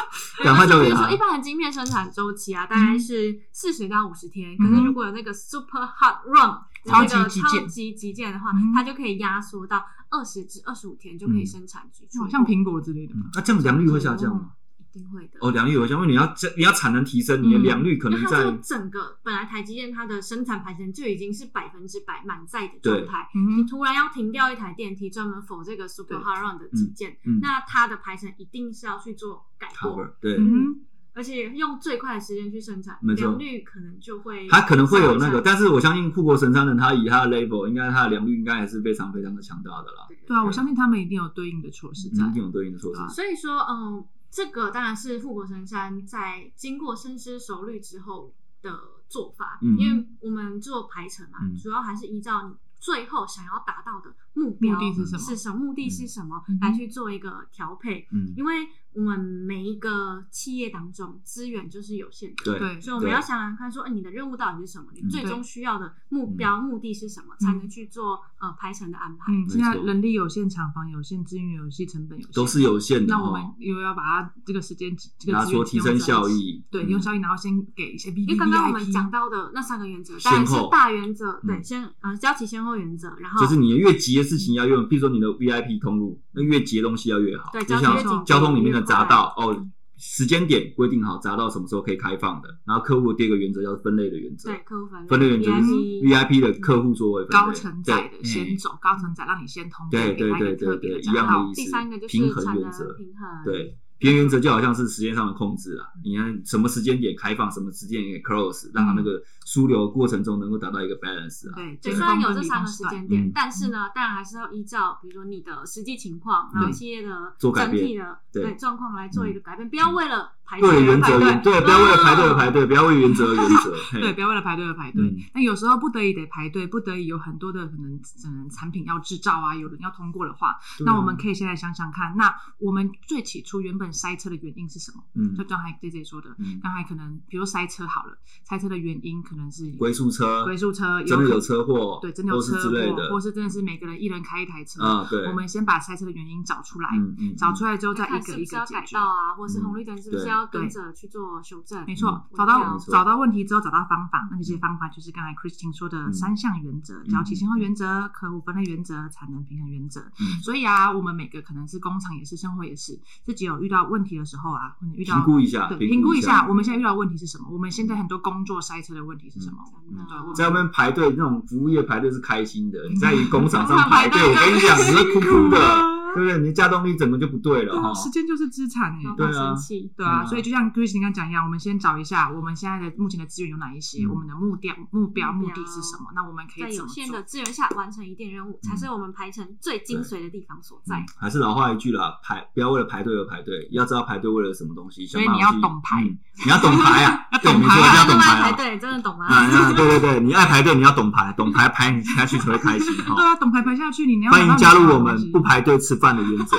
Speaker 1: 赶快交
Speaker 2: 数
Speaker 1: 给
Speaker 2: 据
Speaker 1: 他嗯
Speaker 2: 说，一般的晶片生产周期啊，大概是四十到五十天。可
Speaker 3: 嗯
Speaker 2: 是如果有那个 super hot run 的
Speaker 3: 超
Speaker 2: 那
Speaker 3: 级
Speaker 2: 个
Speaker 3: 极
Speaker 2: 超
Speaker 3: 简
Speaker 2: 级极简的话
Speaker 3: 嗯，
Speaker 2: 它就可以压缩到二十至二十五天就可以生产局
Speaker 3: 就
Speaker 2: 出
Speaker 3: 好
Speaker 2: 货，
Speaker 3: 像苹果之类的嘛
Speaker 1: 嗯。那这样良率会下降吗？
Speaker 2: 一定会的。
Speaker 1: 哦，良率有下降，因为你要你要产能提升，你的
Speaker 3: 嗯
Speaker 1: 良率可
Speaker 2: 因为
Speaker 1: 能
Speaker 2: 它就
Speaker 1: 在
Speaker 2: 整个本来台积电它的生产排程就已经是百分之百满载的
Speaker 1: 对
Speaker 2: 状态，
Speaker 3: 嗯
Speaker 2: 你
Speaker 3: 哼，
Speaker 2: 突然要停掉一台电梯专门否这个 super
Speaker 3: 对
Speaker 2: hot run 的极简，
Speaker 1: 嗯
Speaker 2: 那它的排程一定是要去做改过。
Speaker 1: cover 对。
Speaker 3: 嗯哼。
Speaker 2: 而且用最快的时间去生产，
Speaker 1: 没错
Speaker 2: 良率可能就会
Speaker 1: 它可能会有那个，
Speaker 2: 上涨
Speaker 1: 但是我相信护国神山人，他以他的 level，应该他的良率应该还是非常非常的强大的啦，
Speaker 3: 对啊，我相信他们一定有对应的措施
Speaker 1: 嗯
Speaker 3: 在
Speaker 1: 嗯一。定有对应的措
Speaker 3: 啊
Speaker 1: 施。
Speaker 2: 所以说，嗯，这个当然是富国神山在经过深思熟虑之后的做法，
Speaker 1: 嗯
Speaker 2: 因为我们做排程嘛，
Speaker 1: 嗯
Speaker 2: 主要还是依照你最后想要达到的目标
Speaker 3: 目的是什么
Speaker 2: 是什么目的是什么、
Speaker 3: 嗯
Speaker 2: 来去做一个调配，
Speaker 1: 嗯
Speaker 2: 因为。我们每一个企业当中资源就是有限
Speaker 1: 对
Speaker 2: 的，
Speaker 3: 对
Speaker 2: 所以我们要想想看说，哎，你的任务到底是什么？你
Speaker 1: 嗯
Speaker 2: 最终需要的目标、目的是什么，才能去做呃排程的安排。
Speaker 3: 嗯，
Speaker 1: 错
Speaker 3: 现在人力有限，厂房有限，资源有限，成本有限，
Speaker 1: 都是有限的
Speaker 3: 那我们
Speaker 1: 哦，
Speaker 3: 又要把它这个时间这个
Speaker 1: 拿
Speaker 3: 资
Speaker 1: 说
Speaker 3: 源
Speaker 1: 提升效
Speaker 3: 用在一起，
Speaker 1: 益，
Speaker 3: 对，
Speaker 1: 嗯
Speaker 3: 用效益，然后先给一些 B
Speaker 2: 因
Speaker 3: B
Speaker 2: 为
Speaker 3: V
Speaker 2: 刚刚我
Speaker 3: I
Speaker 2: 们
Speaker 3: P，
Speaker 2: 讲到的那三个原则，
Speaker 1: 先
Speaker 2: 当然是
Speaker 1: 后
Speaker 2: 大原则，对，
Speaker 1: 嗯
Speaker 2: 先呃交期先后原则，然后
Speaker 1: 就是
Speaker 3: 哦
Speaker 1: 你越急的事
Speaker 3: 嗯
Speaker 1: 情要越，比如说你的 VIP 通路，那越急的东西要越好。
Speaker 2: 对
Speaker 1: 就
Speaker 2: 交
Speaker 3: 通越紧
Speaker 1: 像交通里面的匝道
Speaker 2: 越快
Speaker 1: 哦，时间点规定好，匝道什么时候可以开放的。然后客户的第二个原则叫分类的原则
Speaker 2: 对，客户分
Speaker 1: 分类原则就是
Speaker 2: VIP
Speaker 1: VIP 的客户座位分类
Speaker 3: 高承载的
Speaker 1: 对
Speaker 3: 先
Speaker 1: 嗯
Speaker 3: 走，高承载让你先通过，
Speaker 1: 对
Speaker 3: 给他一
Speaker 1: 对
Speaker 3: 个
Speaker 1: 对
Speaker 3: 特
Speaker 1: 对
Speaker 3: 别的
Speaker 1: 对一样
Speaker 3: 账
Speaker 1: 的
Speaker 3: 号
Speaker 1: 意思
Speaker 2: 第三个就是
Speaker 1: 平衡
Speaker 2: 产能
Speaker 1: 原则
Speaker 2: 平衡，
Speaker 1: 对。平衡原则就好像是时间上的控制啦，
Speaker 3: 嗯
Speaker 1: 你看什么时间点开放，什么时间点 close，让它那个枢纽过程中能够达到一个 balance 啊。
Speaker 3: 对，
Speaker 2: 对，
Speaker 3: 就是
Speaker 2: 虽然
Speaker 3: 帮
Speaker 2: 有
Speaker 3: 助
Speaker 2: 这
Speaker 3: 你
Speaker 2: 三
Speaker 3: 公
Speaker 2: 个
Speaker 3: 司
Speaker 2: 时
Speaker 3: 段
Speaker 2: 间点
Speaker 1: 嗯，
Speaker 2: 但是呢，当然还是要依照比如说你的实际情况，然后
Speaker 1: 对
Speaker 2: 企业的
Speaker 1: 做改
Speaker 2: 整体
Speaker 1: 变
Speaker 2: 的
Speaker 1: 对嗯
Speaker 2: 对状况来做一个改变，不要为了排队
Speaker 1: 对
Speaker 2: 而
Speaker 1: 原
Speaker 2: 排
Speaker 1: 则
Speaker 2: 队
Speaker 1: 原，对，不要为了排队而
Speaker 2: 嗯
Speaker 1: 排队，不要为原则而原则。嘿
Speaker 3: 对，不要为了排队而排
Speaker 1: 嗯
Speaker 3: 队。那、有时候不得已得排队，不得已有很多的可能，嗯，产品要制造啊，有人要通过的话，那我们
Speaker 1: 嗯
Speaker 3: 可以现在想想看，那我们最起初原本塞车的原因是什么？
Speaker 1: 嗯
Speaker 3: 就刚才 J J 说的，
Speaker 1: 嗯
Speaker 3: 刚才可能比如塞车好了，塞车的原因可能是
Speaker 1: 龟速车，
Speaker 3: 龟速车
Speaker 1: 真的
Speaker 3: 可
Speaker 1: 有车祸，
Speaker 3: 对，真的有
Speaker 1: 或是
Speaker 3: 车
Speaker 1: 之类的，
Speaker 3: 祸，或是真的是每个人一人开一台车。
Speaker 1: 啊，对，
Speaker 3: 我们先把塞车的原因找出来，
Speaker 1: 嗯嗯
Speaker 3: 找出来之后再
Speaker 2: 看
Speaker 3: 一
Speaker 2: 是
Speaker 3: 个
Speaker 2: 不
Speaker 3: 一
Speaker 2: 是
Speaker 3: 个
Speaker 2: 要
Speaker 3: 解
Speaker 2: 改
Speaker 3: 决
Speaker 2: 道。啊，或是
Speaker 1: 嗯
Speaker 2: 红绿灯是不是
Speaker 1: 对
Speaker 2: 要跟
Speaker 3: 对
Speaker 2: 着去做修正？
Speaker 3: 没错
Speaker 1: 嗯，
Speaker 3: 找
Speaker 2: 没
Speaker 3: 到
Speaker 1: 错
Speaker 3: 找到问题之后，找到方法，那这些方法就是刚才 Christine 说的
Speaker 1: 嗯
Speaker 3: 三项原则：
Speaker 1: 嗯
Speaker 3: 交期先后原则、客户分类原则、产能平衡原则。
Speaker 1: 嗯
Speaker 3: 所以啊，我们每个可能是工厂也是，生活也是，自己有遇到问题的时候啊，或者遇到
Speaker 1: 评估一下，
Speaker 3: 对，评估一
Speaker 1: 下
Speaker 3: 下，我们现在遇到的问题是什么？我们现在很多工作塞车的问题是什么？
Speaker 1: 嗯
Speaker 2: 真
Speaker 3: 嗯
Speaker 2: 的
Speaker 3: 对我们
Speaker 1: 在外面排队，那种服务业排队是开心的，你在工厂上
Speaker 2: 工厂
Speaker 1: 排
Speaker 2: 排
Speaker 1: 队，
Speaker 2: 队
Speaker 1: 我跟你讲，你是哭哭的，
Speaker 3: 啊
Speaker 1: 对不对？你的加动力整个就不对了
Speaker 3: 对
Speaker 1: 哈
Speaker 3: 啊，。时间就是资产哎、
Speaker 2: 然后
Speaker 1: 对
Speaker 2: 好
Speaker 1: 啊
Speaker 2: 生气。
Speaker 3: 对
Speaker 1: 哦嗯啊
Speaker 3: 啊，所以就像 Christine 刚讲一样，我们先找一下我们现在的目前的资源有哪一些，
Speaker 1: 嗯
Speaker 3: 我们的目标、目标、
Speaker 2: 目标
Speaker 3: 目的是什么？那我们可
Speaker 2: 在
Speaker 3: 以怎
Speaker 2: 有
Speaker 3: 么
Speaker 2: 限
Speaker 3: 做嗯
Speaker 2: 的？资源下完成一定任务，才是我们排程最精髓的地方所在
Speaker 1: 嗯。还是老话一句啦，排不要为了排队而排队，要知道排队为了什么东西。
Speaker 3: 所以
Speaker 1: 想办法去
Speaker 3: 你要懂排
Speaker 1: 嗯你要懂排啊，对
Speaker 3: 懂
Speaker 1: 没
Speaker 3: 排
Speaker 1: 错，一
Speaker 3: 啊
Speaker 1: 定要
Speaker 2: 都
Speaker 1: 懂
Speaker 2: 爱
Speaker 1: 排
Speaker 2: <laughs> 排
Speaker 1: 啊。
Speaker 2: 队，真的懂吗？
Speaker 1: 啊，那对对对，你爱排队，你要懂排，懂排排你下去才会开心
Speaker 3: 对
Speaker 1: 哈。
Speaker 3: 啊，懂排排下去，你要
Speaker 1: 欢迎加入我们不
Speaker 3: 不
Speaker 1: 排队吃饭的原则。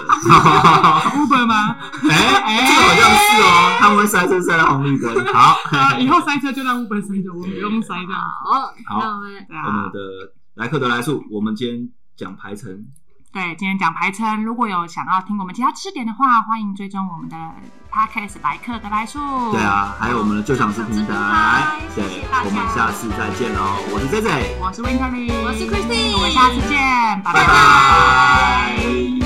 Speaker 3: Uber 吗？
Speaker 1: 哎哎，这个好像是哦，他们会塞车塞到红绿灯。好，
Speaker 3: 啊，以后塞车就让 Uber 塞着，我们不用塞这样。
Speaker 2: 好，
Speaker 1: 好
Speaker 2: 那我们
Speaker 3: 对
Speaker 1: 我们
Speaker 3: 啊，
Speaker 1: 的莱克德来速，我们今天讲排程，
Speaker 3: 对，今天讲排程，如果有想要听我们其他知识点的话，欢迎追踪我们的 Podcast 来客的来数。
Speaker 1: 对，啊，还有我们的旧场式平台，
Speaker 2: 谢
Speaker 1: 对
Speaker 2: 谢大，家
Speaker 1: 我们下次再见喽，我是 J J。
Speaker 3: 我是 Winterly，
Speaker 2: 我是 Christine
Speaker 3: 我们下次见，
Speaker 1: 拜
Speaker 3: 拜
Speaker 1: 拜
Speaker 3: 拜